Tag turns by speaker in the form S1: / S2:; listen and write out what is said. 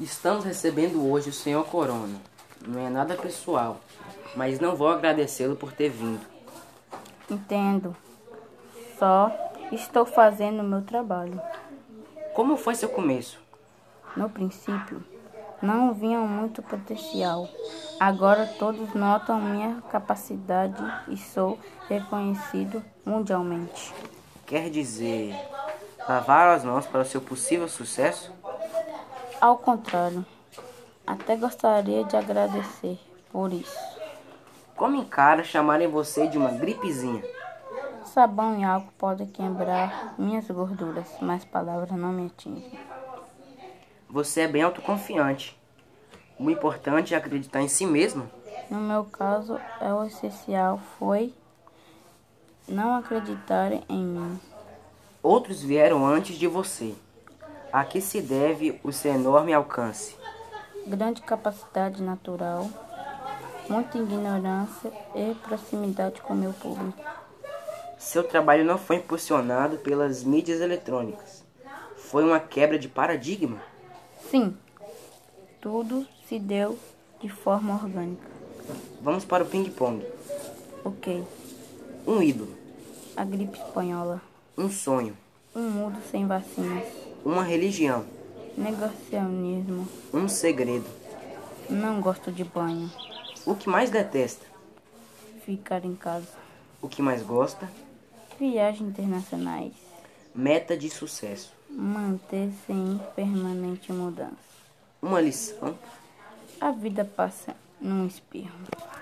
S1: Estamos recebendo hoje o senhor Corona. Não é nada pessoal, mas não vou agradecê-lo por ter vindo.
S2: Entendo. Só estou fazendo o meu trabalho.
S1: Como foi seu começo?
S2: No princípio, não vinha muito potencial. Agora todos notam minha capacidade e sou reconhecido mundialmente.
S1: Quer dizer, lavaram as mãos para o seu possível sucesso?
S2: Ao contrário, até gostaria de agradecer por isso.
S1: Como encara chamarem você de uma gripezinha?
S2: Sabão e álcool podem quebrar minhas gorduras, mas palavras não me atingem.
S1: Você é bem autoconfiante. O importante é acreditar em si mesmo.
S2: No meu caso, é o essencial foi não acreditarem em mim.
S1: Outros vieram antes de você. A que se deve o seu enorme alcance?
S2: Grande capacidade natural, muita ignorância e proximidade com meu público.
S1: Seu trabalho não foi impulsionado pelas mídias eletrônicas. Foi uma quebra de paradigma.
S2: Sim, tudo se deu de forma orgânica.
S1: Vamos para o ping-pong.
S2: Ok,
S1: Um ídolo,
S2: a gripe espanhola,
S1: um sonho,
S2: um mundo sem vacinas,
S1: uma religião,
S2: negacionismo,
S1: um segredo.
S2: não gosto de banho,
S1: O que mais detesta?
S2: ficar em casa,
S1: O que mais gosta?
S2: viagens internacionais,
S1: Meta de sucesso.
S2: manter-se em permanente mudança.
S1: Uma lição.
S2: A vida passa num espirro.